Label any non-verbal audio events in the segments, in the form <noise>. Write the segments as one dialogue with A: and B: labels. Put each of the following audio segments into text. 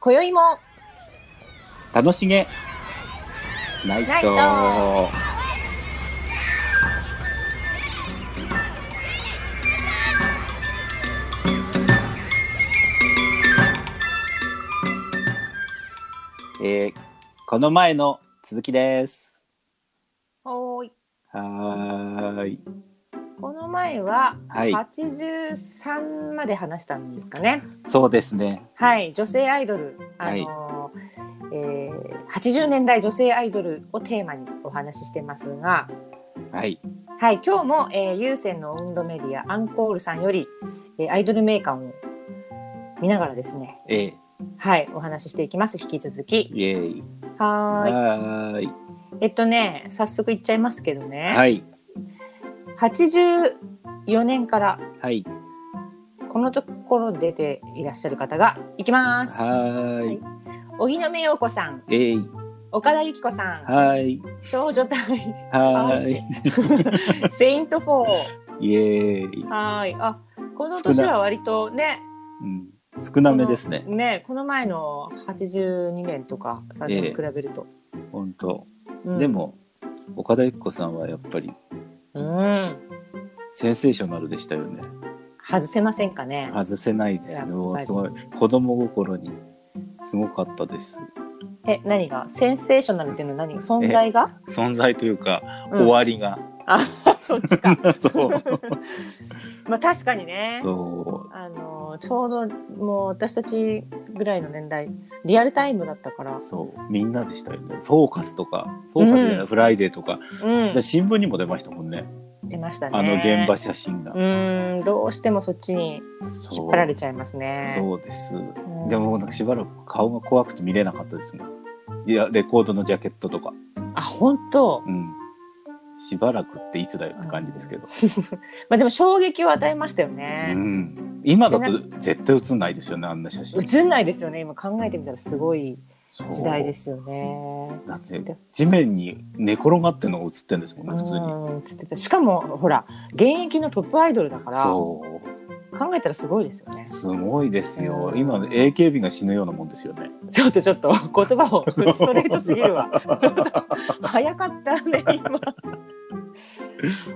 A: 今宵も
B: 楽しげナイ
A: ナイ
B: ト
A: ト
B: えーこの前の続きです
A: おーい
B: はーい
A: この前は
B: はい
A: 83まで話したんですかね
B: そうですね
A: はい、女性アイドルあ
B: はい
A: のー、えー80年代女性アイドルをテーマにお話ししてますが
B: はい
A: はい今日も、えー、有線の運動メディアアンコールさんより、えーアイドル名鑑を見ながらですね
B: えー、
A: はいお話ししていきます引き続き
B: イエーイ
A: はーい
B: はーい
A: えっとね早速いっちゃいますけどね、
B: はい
A: 84年から
B: はい
A: このところ出ていらっしゃる方がいきます。
B: はーい
A: 荻野目洋子さん、
B: えー、
A: 岡田由紀子さん、
B: はーい
A: 少女隊、 <laughs>
B: はーい
A: セイントフォ
B: イエーイ
A: ー。はい。あ、この年は割とね、
B: うん、少なめですね
A: このね、この前の82年とか3年に比べると。
B: 本当、
A: うん
B: で、も岡田由紀子さんはやっぱり
A: うん、
B: センセーショナルでしたよね
A: 外せませんかね。
B: 外せないです
A: やっぱ
B: ね
A: り
B: もうすごい子供心にすごかったです
A: え、何がセンセーショナルっていうのは何が存在が、
B: 存在というか、
A: うん
B: 終わりが
A: あ、 <laughs> そっちか。
B: <laughs> そう
A: <laughs> まあ確かにね。
B: そう
A: あのちょうどもう私たちぐらいの年代リアルタイムだったから、
B: そうみんなでしたよねフォーカスとかフォーカスじゃない、
A: うん
B: フライデーとか
A: うん
B: で、新聞にも出ましたもんね
A: 出ましたね
B: あの現場写真が、
A: うんどうしてもそっちに
B: そう
A: 引っ張られちゃいますね
B: そうです、
A: うん
B: でもなんかしばらく顔が怖くて見れなかったですもんいやレコードのジャケットとか
A: あ本当
B: うんしばらくっていつだよって感じですけど、
A: まあでも衝撃を与えましたよ
B: う
A: ね、
B: ん、今だと絶対映んないですよねあんな写真
A: 映んないですよね今考えてみたらすごい
B: そう
A: 時代ですよね
B: だって地面に寝転がってるのが映ってるんですもんね普通に
A: うん映ってたしかもほら現役のトップアイドルだから考
B: そ
A: えたらすごいですよね
B: うすごいですよ
A: うん
B: 今の AKB が死ぬようなもんですよね
A: ちょっとちょっと言葉をストレートすぎる
B: <laughs>
A: わ早かったね今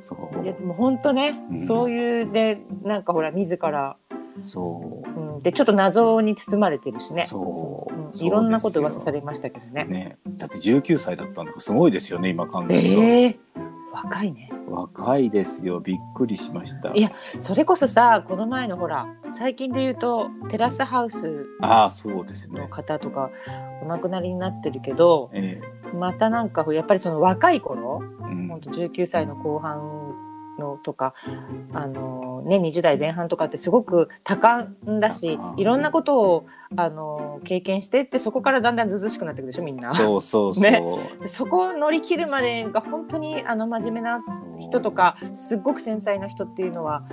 B: そ
A: いやで
B: う
A: も本当ね、
B: うん
A: そういうでなんかほら自ら、
B: そ
A: うん、でちょっと謎に包まれてるしね
B: そうそう
A: う、
B: です
A: ん、
B: よ
A: いろんなこと噂されましたけど
B: う
A: ね
B: ねだって19歳だったんだからすごいですよね今考えると、
A: ええ若いね
B: 若いですよびっくりしました
A: いやそれこそさこの前のほら最近で言うとテラスハウス
B: ああそうです
A: の
B: ね
A: 方とかお亡くなりになってるけど
B: え
A: またなんかやっぱりその若い頃
B: えうん
A: 本当19歳の後半のとかあの、ね、20代前半とかってすごく多感だし
B: あー
A: いろんなことをあの経験してってそこからだんだんずうずうしくなってくるでしょみんな。
B: そうそうそう、
A: ねでそこを乗り切るまでが本当にあの真面目な
B: そう
A: 人と、かすっごく繊細な人っていうのは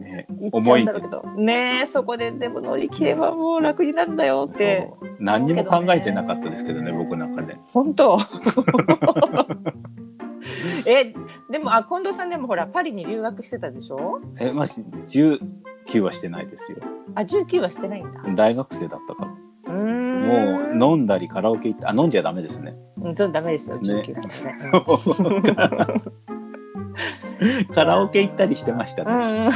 B: ね、
A: 言っちゃうんだろうけどねえそこででも乗り切ればもう楽になるんだよって
B: そう何にも考えてなかったですけどね僕なんかね
A: 本当 <laughs> えでもあ近藤さんでもほらパリに留学してたでしょ
B: えまあし19はしてないですよ
A: あ、19はしてないんだ。
B: 大学生だったから
A: うーん
B: もう飲んだりカラオケ行ってあ飲んじゃダメです <laughs> ね
A: うん、そうダメですよ、
B: ね
A: 19歳
B: <laughs>
A: ね。
B: カラオケ行ったりしてました
A: うん
B: ね、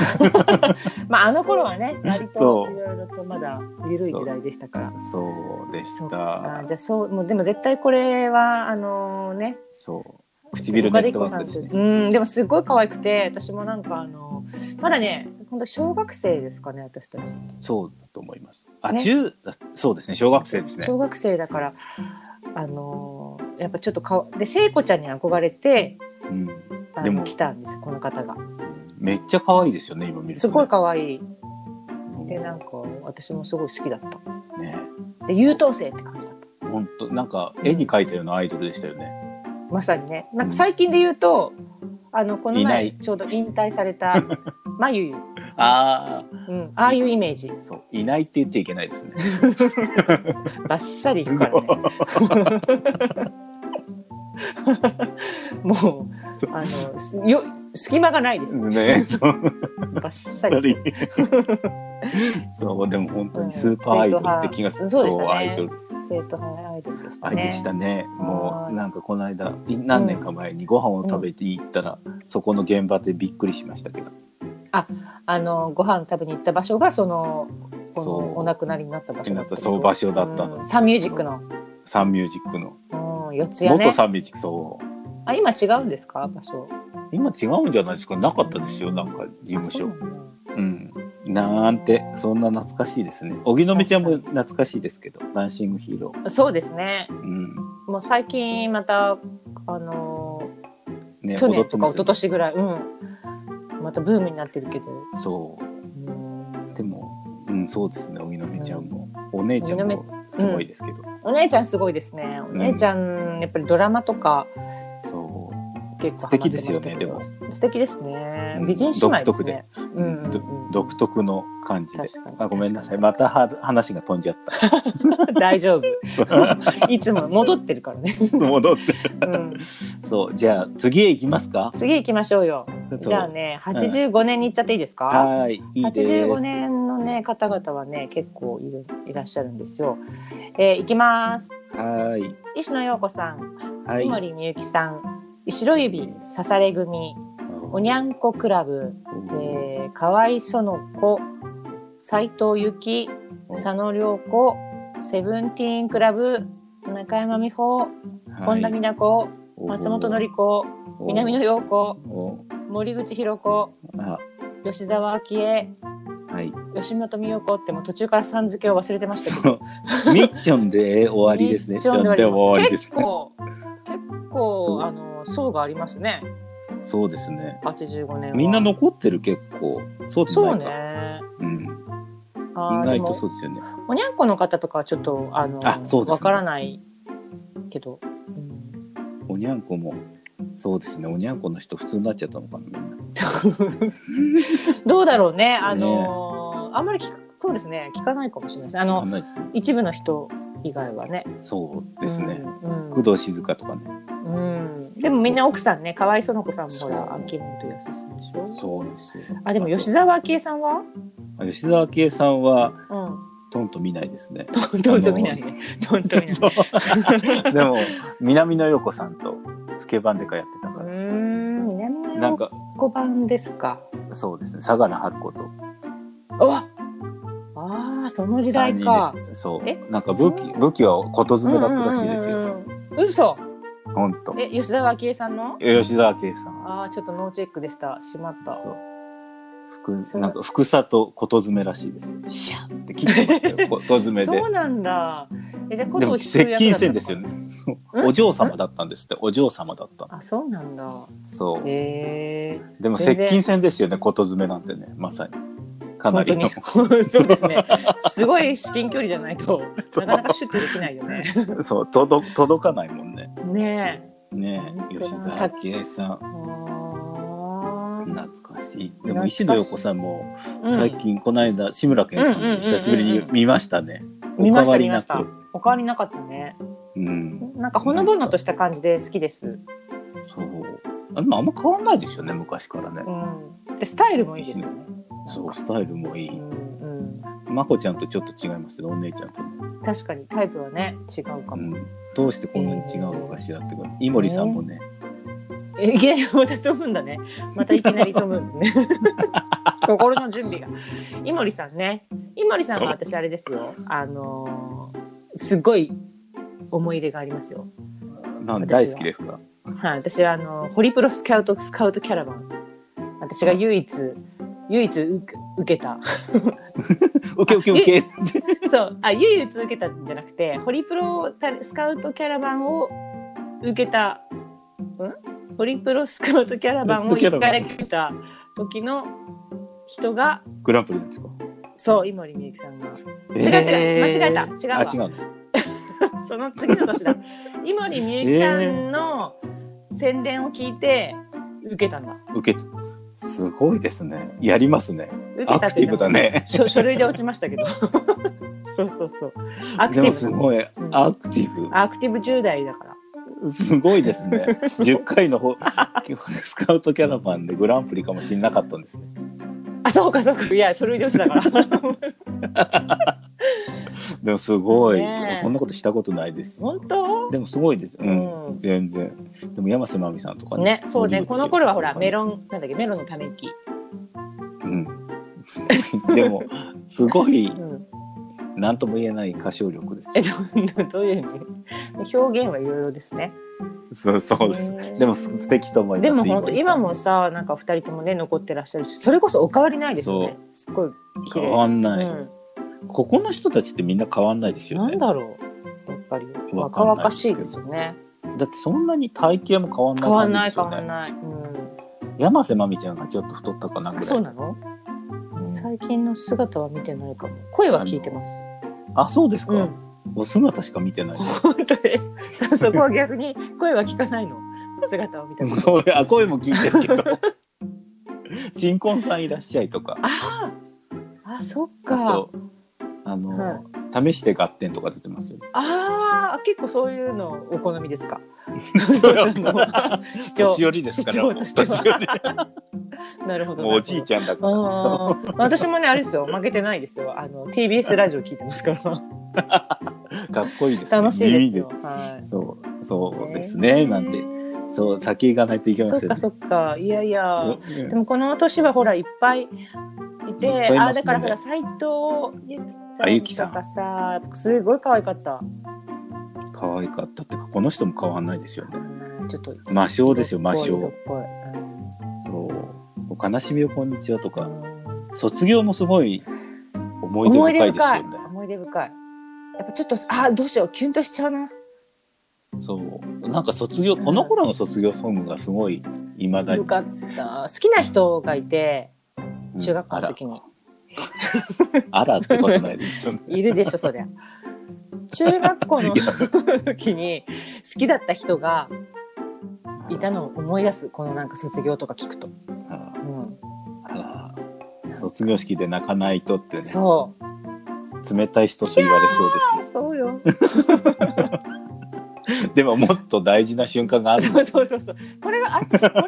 A: うん <laughs> まああの頃はね、割
B: そ
A: と
B: う
A: いろいろとまだ緩い時代でしたから。
B: そうでし
A: そうか
B: た
A: じゃあそうもうでも絶対これはあのね
B: そう唇ネットワーク
A: 岡
B: で
A: 田
B: す
A: 由紀子さんって
B: ね
A: うんでもすごい可愛くて私もなんかあのまだね本当小学生ですかね私たち、
B: そうだと思いますあ、
A: ね
B: 10そうですね小学生ですね
A: 小学生だからあのやっぱちょっと顔で聖子ちゃんに憧れて
B: うん
A: あの
B: でも
A: 来たんですこの方が
B: めっちゃ可愛いですよね今見ると、ね、
A: すごい可愛い
B: うん
A: でなんか私もすごい好きだった
B: ね
A: で優等生って感じだった
B: 本当なんか絵に描いたようなアイドルでしたよね。
A: まさにねなんか最近で言うとあのこの
B: いな
A: 前
B: い
A: ちょうど引退され
B: <laughs>
A: たまゆゆ、
B: あ
A: うん、ああいうイメージ
B: あ、そういないって言っちゃいけないですね。
A: バッサリいくからね <laughs> もうあのよ隙間がないですよ。
B: <laughs> ね、そう
A: バッサ
B: そ
A: リ。
B: れ <laughs> そうでも本当にスーパーアイドルって気がする、
A: うん
B: そ
A: そううでしたね
B: アイドル
A: 生徒派アイドルでした
B: あれで
A: ね
B: し。たねも
A: は
B: う
A: い
B: なんかこの間い何年か前にご飯を食べて行ったら、そこの現場でびっくりしましたけど
A: あのご飯食べに行った場所がそのこ
B: そ
A: の
B: う
A: お亡くなりになった場所だったけど
B: そう場所だったの
A: うんサンミュージックの、
B: サンミュージックの、
A: うん、四谷
B: 元
A: ね。
B: サンミュージックそう
A: あ今違うんですか場所。
B: 今違うんじゃないですかなかったですよなんか事務所
A: あそうなんだ
B: うんなんてそんな懐かしいですね荻野目ちゃんも懐かしいですけど「ダンシングヒーロー
A: そうですね」。
B: うん
A: もう最近またあの
B: ね
A: 去年
B: 踊って
A: とか
B: ま
A: 一
B: すよ
A: 昨
B: ね
A: 年ぐらい、うん、またブームになってるけど。
B: そ
A: う
B: う
A: ん
B: でも、うん、そうですね、荻野目ちゃんも、お姉ちゃん
A: 荻野
B: もすごいですけど、
A: お姉ちゃんすごいですね。お姉ちゃん、やっぱりドラマとか
B: そ
A: 結構
B: 素敵ですよ
A: ハ
B: ね
A: マってましたけど。素敵ですね。美人姉妹ですね。
B: う、
A: うんうん
B: ど
A: うん
B: 独特の感じで
A: 確かに
B: あ、ごめんなさい、または話が飛んじゃっ
A: <laughs> 大丈 <laughs> 夫。いつも戻ってるからね。
B: た。戻って。
A: うん、
B: そう、じゃあ次へ行きますか。
A: 次行きましょうよ。
B: そう
A: じゃあね、85年に行っちゃっていいですか、
B: はーい、いいです。
A: 85年のね方々はね結構いるいらっしゃるんですよ。えー、いきます。
B: はーい、
A: 石野陽子さん、
B: は
A: 井
B: い。
A: 森美幸さん、白指刺され組、おにゃんこクラブ、えー、河合園子斉藤由紀佐野涼子セブンティーンクラブ中山美穂本田美奈子松本紀子
B: 子
A: 南野陽子
B: お
A: 森口博子
B: あ、
A: 吉沢明恵
B: はい。
A: 吉本美代子ってもう途中からさん付けを忘れてましたけど
B: そうみっちょんで終わりですね。
A: ミッチョン
B: で終わりです
A: 結。構結
B: そう
A: 構あの層がありますね
B: そうですね。
A: 85年は
B: みんな残ってる結構。そうで
A: そ
B: も
A: う
B: ないか。
A: ね
B: うん。
A: あーで
B: 意外
A: も
B: とそうですよね。
A: おにゃんこの方とかはちょっとあの
B: あそうですね
A: わからないけど、うん
B: おにゃんこも。そうですね。おにゃんこの人普通になっちゃったのかな、みんな。
A: どうだろうねあのあんまり聞くそうですね聞かないかもしれないですあ
B: わか
A: の
B: んないですね。
A: 一部の人以外はね。
B: そうですね。
A: うん、
B: 工藤静香とかね。
A: うんでもみんな奥さんね河合園子さんもほ
B: そう
A: ら秋元康さんでしょ
B: そうですよ。
A: あでも吉沢昭恵さんは
B: あ吉沢昭恵さんは。
A: う
B: トンと見ないですね。
A: <laughs> んどんどん見ないねどんどん見ない
B: <laughs> そうでも、南野陽子さんと。スケバンデカやってた
A: う
B: か
A: ー
B: ら。
A: ん南
B: なん
A: の
B: か、
A: 子版ですか
B: そうですね。相良春子と。
A: ああーその時代か
B: 三人です。そ
A: え
B: う。なんか武器、武器は琴詰めだったらしいです
A: うんう
B: よ。
A: んうんうん。嘘。
B: ほんと。
A: え、吉沢昭恵さんの。
B: 吉沢昭恵さん。
A: ああ、ちょっとノーチェックでした。しまった。
B: そう。
A: そ
B: 福
A: う
B: なんか福里琴詰めらしいですよ。シャーって切ってました <laughs> よ。琴詰めで
A: そう。なんだ。え、じゃ、
B: で
A: 琴
B: も
A: を弾く
B: 接
A: 役だ
B: 近
A: ったのか
B: 戦ですよね。そう
A: うん
B: お嬢様だったんですって。お嬢様だった。
A: あ、そうなんだ。
B: そ
A: へえ。
B: う。でも接
A: 全然
B: 近戦ですよね。琴詰めなんてね、まさに。か
A: 本
B: な
A: 当
B: りの
A: に。。 <laughs> そうですね。すごい至近距離じゃない
B: <laughs>
A: と、なかなかシュッてできないよね。
B: そう届届かないもんね。
A: ねえ。
B: ねえ
A: 本当だ
B: 吉沢昭恵さん
A: あー
B: 懐かしい。でも石野陽子さんも最。近この間志村けんさ
A: うんうんうんうん
B: ん久しぶりに見ましたね。
A: うん見ました。見
B: な
A: ました
B: く。。
A: おかわりなかったね。
B: うん。
A: なんかほのぼのとした感じで好きです。
B: そう。あでもあんま変わんないですよね昔からね
A: う。ん。で、スタイルもいいですよね。
B: そうスタイルもいい。
A: うん
B: まこちゃんとちょっと違いますよお姉ちゃんとね、
A: うん、確かにタイプはね違うか
B: う
A: も。
B: ん、どうしてこんなに違うのかしらってこと井森さんもね、
A: えいきなりまた飛ぶんだね。またいきなり飛ぶん <laughs> ですね。心の準備が。井森さんね。井森さんは私あれですよ。あのーすっごい思い入れがありますよ。
B: なんで
A: 私は
B: 大好きですか
A: はい、私はあのホリプロスカウトスカウトキャラバン。私が唯一唯一受け受けた。
B: ウケウケウケ
A: そうあ唯一受けたんじゃなくてホリプロたスカウトキャラバンを受けたんホリプロスカウトキャラバンを一回受けた時の人が
B: グランプリなんですか
A: そう井森美幸さんが <laughs> 違う違う間違えた違うわ
B: あ違うの
A: その次の年
B: <laughs>
A: だ井森美幸さんの宣伝を聞いて受けたんだ
B: 受けすごいですねやりますね
A: 受け
B: ア
A: た
B: ク
A: ってい
B: ティ
A: う
B: ブ
A: のは
B: だね
A: 書書類で落ちましたけど <laughs> そうそうそうアク
B: で
A: テ
B: もす
A: ィブ
B: ごい
A: ん
B: アクティブ、
A: アクティブ10代だから
B: すごいです
A: <laughs>
B: ね。10回のほ <laughs> スカウトキャラバンでグランプリかもしれなかったんですね。
A: あ、そうか、そうか。いや、書類で落ちたから。 <laughs>
B: でもすごい、
A: ねえ
B: そんなことしたことないですよ。
A: 本当
B: でもすごいです。うん、
A: うん
B: 全然。でも山瀬まみさんとか
A: ね、そうね。
B: 森口
A: この頃はほら、
B: さんとかね
A: メロン、なんだっけ、メロンのため息。
B: うん。 <laughs> でも、すごい、
A: うん。
B: なんとも言えない歌唱力です
A: え、
B: よ。
A: ど <laughs> うどういう意味表現はいろいろですね。
B: そう、そうです。
A: ね
B: でも、す素敵と思います。
A: でも本当
B: 井森さ
A: 今
B: ん
A: もさなんか2人ともね残ってらっしゃるしそれこそお変わりないですよねすっごい綺
B: 変
A: 麗
B: わんない、
A: うん
B: ここの人たちってみんな変わんないですよ
A: な
B: ね。
A: んだろうやっぱり
B: わ
A: 若
B: かんない
A: 々しいですよね
B: だってそんなに体型も変わんない
A: 変わんな
B: 感
A: い
B: じです
A: 変
B: よ
A: わん
B: ね。
A: ない、
B: 山瀬まみちゃんがちょっと太ったかな
A: う
B: ぐら
A: ん、
B: い。
A: そうなの
B: うん
A: 最近の姿は見てないかも声は聞いてます
B: あ、そうですか。
A: うん <laughs>
B: お姿しか見てない。
A: 本当にそうそこは逆に声は聞かないの姿を見た
B: <laughs>
A: こと
B: そうあ声も聞いてるけど。新婚さんいらっしゃいとか。
A: あーあそっ
B: あ
A: か
B: と、あの、試して合点とか出てますよ。
A: ああ結構そういうのお好みですか
B: <laughs> それは
A: 視聴
B: 年寄りですから。
A: 視聴としては
B: 年寄り
A: <laughs> なるほど
B: もうおじいちゃんだから。そ
A: うん私もねあれですよ負けてないですよあの TBS ラジオ聞いてますから
B: <laughs> うかっこいいですね。
A: 楽しい
B: 地味
A: ですよ、は
B: そう、そう
A: い、
B: ですね。
A: えー
B: なんて。そう、先行かないといけま
A: そっ
B: せんね。
A: かそっかいやいや
B: そう
A: でもこの年はほらいっぱいいて
B: いっぱいいますもんね
A: あだからほら斎藤
B: あ
A: 由
B: ゆ
A: 貴
B: き
A: さん
B: さん
A: とかさすごい可愛かった
B: 可愛かったってかこの人も変わんないですよね
A: うんちょっと
B: 魔性ですよ魔
A: 色っ
B: 性
A: ぽい色っ
B: そう「悲しみをこんにちは」と
A: ぽい
B: か
A: うん
B: 卒業もすごい思い出
A: 思い
B: 深
A: 出
B: いです
A: 深
B: よ
A: い
B: ね
A: 思い出深いやっぱちょっとあどうしようキュンとしちゃうな
B: そうなんか卒業この頃の卒業ソングがすごいいまだに
A: よかった好きな人がいて
B: うん
A: 中学校の時に、
B: あらあらってことないですよね <laughs>
A: いるでしょそりゃ。中学校の時に好きだった人がいたのを思い出すこのなんか卒業とか聞くと、
B: あ
A: うん、
B: らあら卒業式で泣かないとってね
A: そ
B: 冷たい人と言われそ
A: うそ
B: う
A: うよ
B: ですよでももっと大事な瞬間がある
A: <laughs>
B: ん
A: そ
B: で
A: う
B: す
A: そうそうそうこれがあこれがこ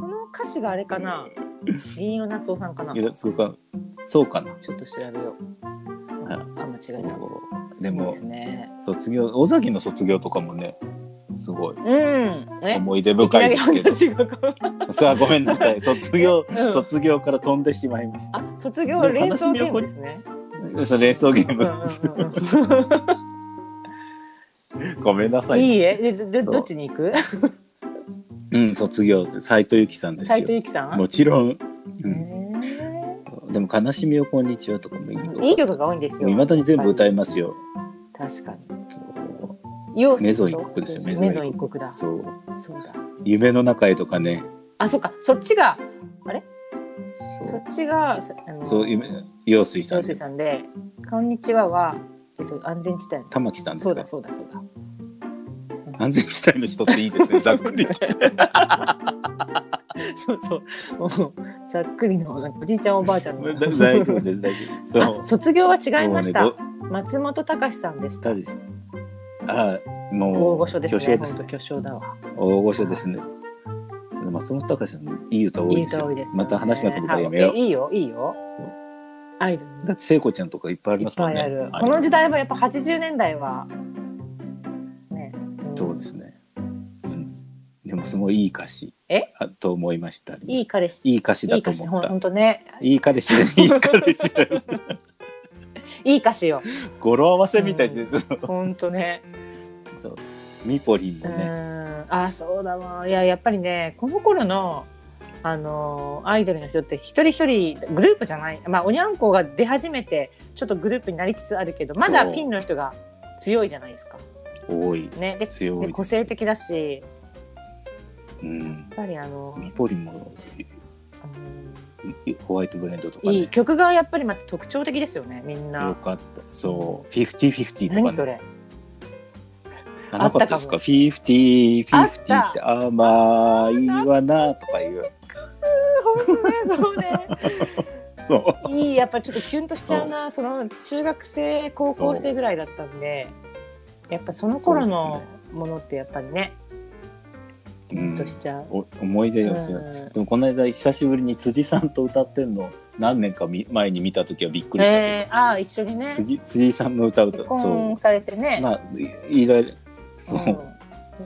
A: の歌詞があれかな林野夏夫さんかないち
B: やそうかそうかな
A: ょっと調べようあ間違えた
B: そうでも
A: そうですね
B: 卒業尾崎の卒業とかもねすごい
A: うんえ
B: 思い出
A: いき
B: 深
A: ないり
B: ですけど
A: 話が変わる
B: さあごめんなさい卒業、
A: <laughs> うん
B: 卒業から飛んでしまいました
A: あ卒業は連想ゲームですね
B: そう連想ゲームです、
A: うんうんうん
B: <laughs> ごめんなさい
A: いいえ、でで
B: そう
A: どっちに行く？
B: うん卒業斎藤由貴さんです
A: 斉
B: よ
A: 藤由貴さん。
B: もちろん、うん
A: へ
B: でも「悲しみをこんにちは」とかもいい
A: ーいい曲が多いんですよ。
B: いまだに全部歌えますよ、
A: 確かに。よ
B: メゾン一国ですよメゾン
A: メ
B: 一国
A: ゾン一国だ。
B: そう
A: そうだ。
B: 夢の中へとかね
A: あ、そっか。そっちが
B: そ
A: そうっちがさあの
B: そう夢陽水さ
A: 陽
B: んで
A: 水さんで、こんにちははえっと安全地帯の。
B: 玉木さんで
A: そう
B: す
A: だ
B: か
A: そうだそうだ。
B: 安全地帯の人っていいで
A: <laughs>
B: すねざっくり
A: そうそう。もうざっくりのなんかおじいちゃんおばあちゃんの。
B: 大丈夫です大丈夫そ
A: <laughs>
B: う
A: あ卒業は違いました。
B: もうね
A: 松本隆さんでし
B: ど
A: た
B: 二人。ですああもう
A: 大御所ですね。
B: 巨匠です
A: 本当巨匠だわ。
B: 大御所ですね。松本隆さんのいい歌多い
A: いい
B: です
A: 歌
B: よ。
A: 多いですよね、
B: また話が飛ぶからやめよう。
A: はいいいよ、いいよ
B: そう。
A: アイドル。
B: だって聖子ちゃんとかいっぱいあり
A: い
B: ま
A: っ
B: すも
A: ぱ
B: ん
A: い
B: ね。
A: ある。
B: あ
A: この時代はやっぱ80年代は。ね。ん
B: そうですね。うんでもすごいいい歌詞。
A: え
B: あと思いました。
A: いい
B: い
A: 彼氏。
B: い歌詞
A: いい
B: だと
A: 歌詞、
B: 思
A: ほ
B: っ
A: ん
B: た
A: ほ。んとね。
B: いい歌
A: <laughs>
B: 詞で、いい歌詞だ。
A: いい歌詞よ。
B: 語呂合わせみたいで、そう
A: ほんとね。
B: そう。ミポリン
A: う
B: もね。
A: ん。あ、そうだわ。いや、やっぱりね、この頃の。あのーアイドルの人って一人一人グループじゃない、まあ、おにゃんこが出始めてちょっとグループになりつつあるけどまだ
B: そう
A: ピンの人が強いじゃないですか。
B: 多い。
A: ね、で
B: 強い
A: で
B: です
A: 個性的だし
B: うん。
A: やっぱりあの、
B: ミポリンも。ホワイトブレンドと
A: い
B: かね。
A: い
B: よ
A: 曲がやっぱりまた特徴的ですよねみんな。
B: かった。そう。フィフティフィフティと
A: 何
B: か
A: そ
B: ね。 <laughs>
A: れ
B: あなかったです
A: あ
B: か
A: っ
B: フィフティフ
A: あ
B: ィ
A: っ
B: フテ
A: た
B: ィって甘いわなとかいう。
A: そうねそうね
B: そう。
A: いいやっぱちょっとキュンとしちゃうなその中学生高校生ぐらいだったんでやっぱその頃のものってやっぱりね、
B: う
A: ほっ
B: ん
A: としちゃう。
B: お思い出
A: う
B: ですよ、
A: ん
B: でもこの間久しぶりに辻さんと歌ってるのを何年かみ前に見た時はびっくりしたけ
A: えー、ああ、一緒に
B: ど、
A: ね、
B: 辻辻さんの歌う
A: 結
B: とそ
A: 婚されてね。
B: うまあいいろいろそう、
A: うん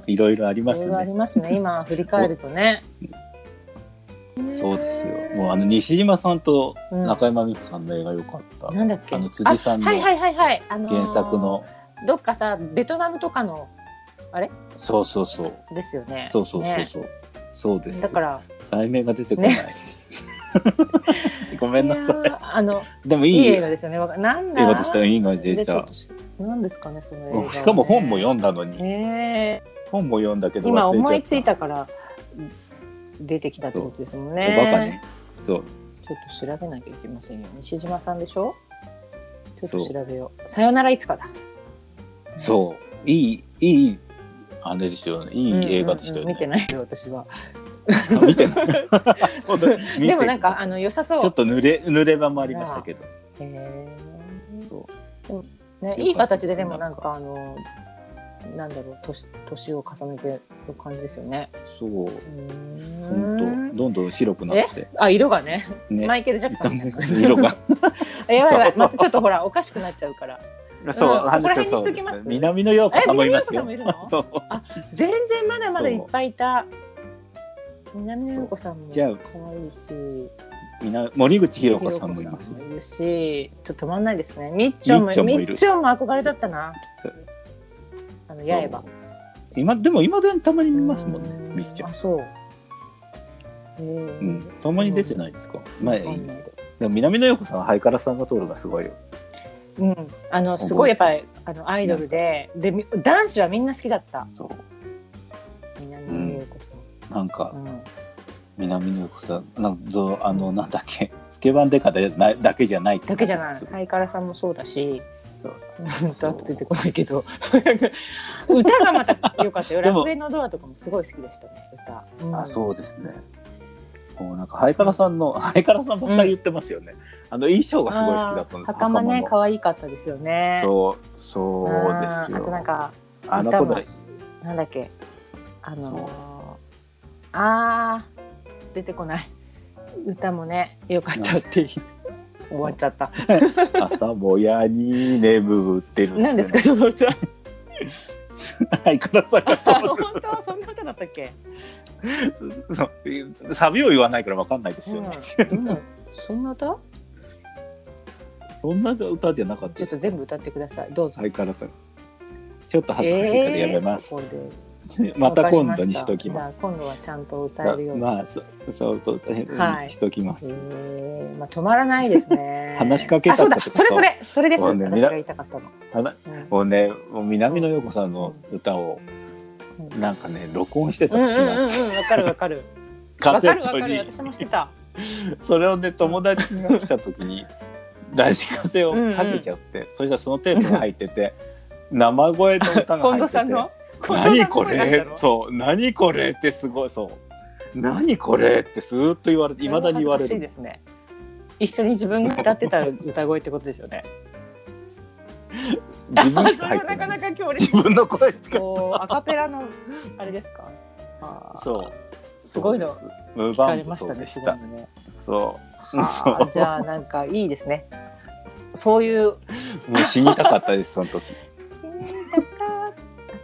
B: いろいろありま
A: いろ
B: す
A: いろあり
B: ね
A: ます
B: <laughs>
A: ね。今振り返るとね。
B: そうですよもうあの西島さんと
A: うん
B: 中山美穂さんの映画良かった、
A: なんだっけ。
B: あの辻さんの
A: あはいはいはいはい。あのー
B: 原作の、
A: どっかさベトナムとかの
B: そうそうそう
A: ですよね。
B: そうそうそう
A: ね
B: そう、そうです
A: だから
B: 題名が出てこない、 <laughs> ごめんなさ
A: いやーあの
B: いでもい
A: い
B: い
A: い映
B: 映
A: 画ですよね。わかなんだ。
B: 画でしたいい映画でし
A: ちょったとしなんですかねその映画はね、
B: しかも本も読んだのに、
A: ね
B: 本も読んだけ
A: え
B: ど
A: 今
B: 忘れちゃった
A: 思いついたから出てきたってことですもんね。
B: おバカねそう
A: ちょっと調べなきゃいけませんよ。西島さんでしょ。ち
B: そ
A: ょ
B: う
A: っと調べよう。さよならいつかだ。
B: そういいいいあれですよねいい映画でしたよ
A: うんうんうん見て
B: ね、
A: ないよ私は。
B: あ <laughs> 見てない
A: <laughs>
B: そうだ見て
A: でもなんかあの良さそう。
B: ちょっと濡れ濡れ場もありましたけど
A: へー
B: そう
A: ね、いい形ででもなんかあのなんだろう年年を重ねてる感じですよね。
B: そ
A: う
B: う
A: ー
B: 本当
A: ん
B: どんどん白くなって
A: あ色がね
B: ね
A: マイケル・ジャクソンみたいな <laughs>
B: 色が
A: あやばいやばい
B: そうそ
A: ま
B: う
A: たちょっとほらおかしくなっちゃうから
B: そう
A: ここら辺にしときます
B: そうですね南の陽子さんもいます
A: え南野陽子さ
B: よ
A: んもいるの
B: そう
A: 全然まだまだいっぱいいた南野陽子さんも
B: じ
A: 可
B: ゃ
A: 愛
B: あ
A: いし
B: みな森口博子さんもいます
A: 洋子さんもいるしちょっと止まんないですねみっちょんも
B: みっちょんもい
A: み
B: る
A: っちょんも憧れだったな
B: そう
A: あの八重歯
B: そう今でも今でもたまに見ますもんね
A: う
B: みっちゃん
A: あそうえー
B: うん、たまに出てないですか、
A: わ
B: 前
A: かんない
B: でも南野陽子さんはハイカラさんが通るがすごいよ
A: うん、あのすごいやっぱりあのアイドルででみ男子はみんな好きだった
B: そう
A: 南野陽子さん、
B: なんか
A: うん
B: 南野陽子さんなんかどうあのなんだっけスケバンデカでなだけじゃないって
A: だけじゃない
B: そう
A: ハイカラさんもそうだし
B: そう
A: うんと
B: そう
A: あと出てこないけど <laughs> 歌がまた良かったよ「
B: で
A: ラ
B: も
A: クエのドア」とかもすごい好きでしたね歌、うん
B: あそうですねもうなんかハイカラさんの、ハイカラさんばっかり言ってますよね、あの衣装がすごい好きだったんです
A: あー袴ね
B: の
A: 可愛かったですよね
B: そうそう
A: うん
B: ですよ
A: あとなんか
B: あの子だ
A: 歌なんだっけあ
B: そう
A: のー、あー出てこない歌もね良かったって言う終わっちゃった
B: 朝もやに眠ってるん
A: 何ですか
B: よ
A: その歌
B: ね、 <laughs> ハイカラさんが
A: あ
B: 通る
A: 本当そんな歌だったっけ、
B: そうサビを言わないからわかんないですよね、
A: うん、そんな歌
B: <laughs> そんな歌じゃなかった
A: ちょ
B: で
A: っと
B: す
A: 全部歌ってくださいどうぞ、
B: ハイカラさんちょっと恥ずかしいからやめます、
A: えーそこで
B: また
A: わかり
B: 今度にしときま
A: し
B: す
A: たじゃあ今度はちゃんと歌えるように、
B: まあそそうそう、
A: はい
B: しときます、
A: えーまあ、止まらないですね
B: <laughs> 話しかけた
A: あそう
B: って
A: だ
B: こと
A: それそれそれです、
B: そうね
A: 私が言いたかったの、
B: ただ
A: うん
B: もうねもう南野陽子さんの歌を
A: うん
B: なんかね録音してた
A: うん
B: 時
A: うんうん
B: が
A: うんわかるわかる
B: <laughs> カ
A: わ
B: セ
A: かるわ
B: ット
A: かる
B: に
A: 私もしてた
B: それをね友達が来た時にラジカセをかけちゃって、そしたらそのテープが入ってて生声の
A: <laughs> 近
B: 歌が入っ
A: 藤
B: て
A: さ
B: て
A: んの
B: 何こ
A: 近藤さんの声だ
B: れ
A: ったの
B: そう何これってすごいそう何これってずーっと言われていまだに言われ
A: そは恥ずかしい
B: る
A: ですね一緒に自分が歌ってた歌声ってことですよね
B: 自分しか
A: それ
B: 入っ
A: はな
B: て
A: かな
B: な
A: いか強烈
B: 自分の声しか
A: こうアカペラのあれですかあー
B: そう
A: すごいの
B: そうです無
A: 聞か
B: 伴
A: れ
B: も
A: ましたねごい
B: そうですした
A: のね
B: そうそ
A: あ
B: う
A: じゃあなんかいいですねそういう
B: もう死にたかったですその時
A: 死にたか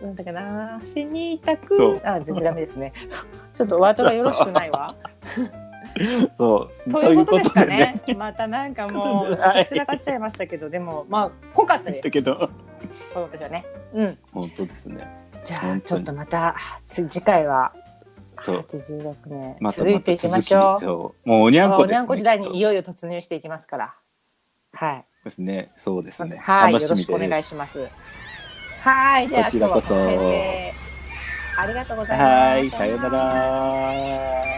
A: なんだかな死にた
B: そう
A: くあ全然ダメですねちょっとワードがよろしくないわ
B: <laughs>
A: <laughs>
B: そう
A: ということですかね。またなんかもう、
B: はい
A: こちらかっちゃいましたけど、でも、まあ、濃かったで
B: で
A: す
B: した。
A: <laughs>
B: けど
A: この時はね。うん。
B: 本当ですね
A: じゃあ、
B: 本
A: ち
B: 当
A: ょっ
B: に
A: とまた、つ次回は
B: そう
A: 86年、
B: また
A: 続いていきましょ
B: また続き
A: う。
B: そうもうおにゃんこ
A: おに
B: ですね
A: ゃんこ時代
B: きっ
A: に
B: と
A: いよいよ突入していきますから。はい。
B: ですねそうですね
A: はい、よ
B: 楽し
A: ろ
B: み
A: しくお願
B: で
A: い
B: す
A: します。はい、では
B: こちらこそ
A: 今日はこの辺でありがとうございます。
B: はいさようなら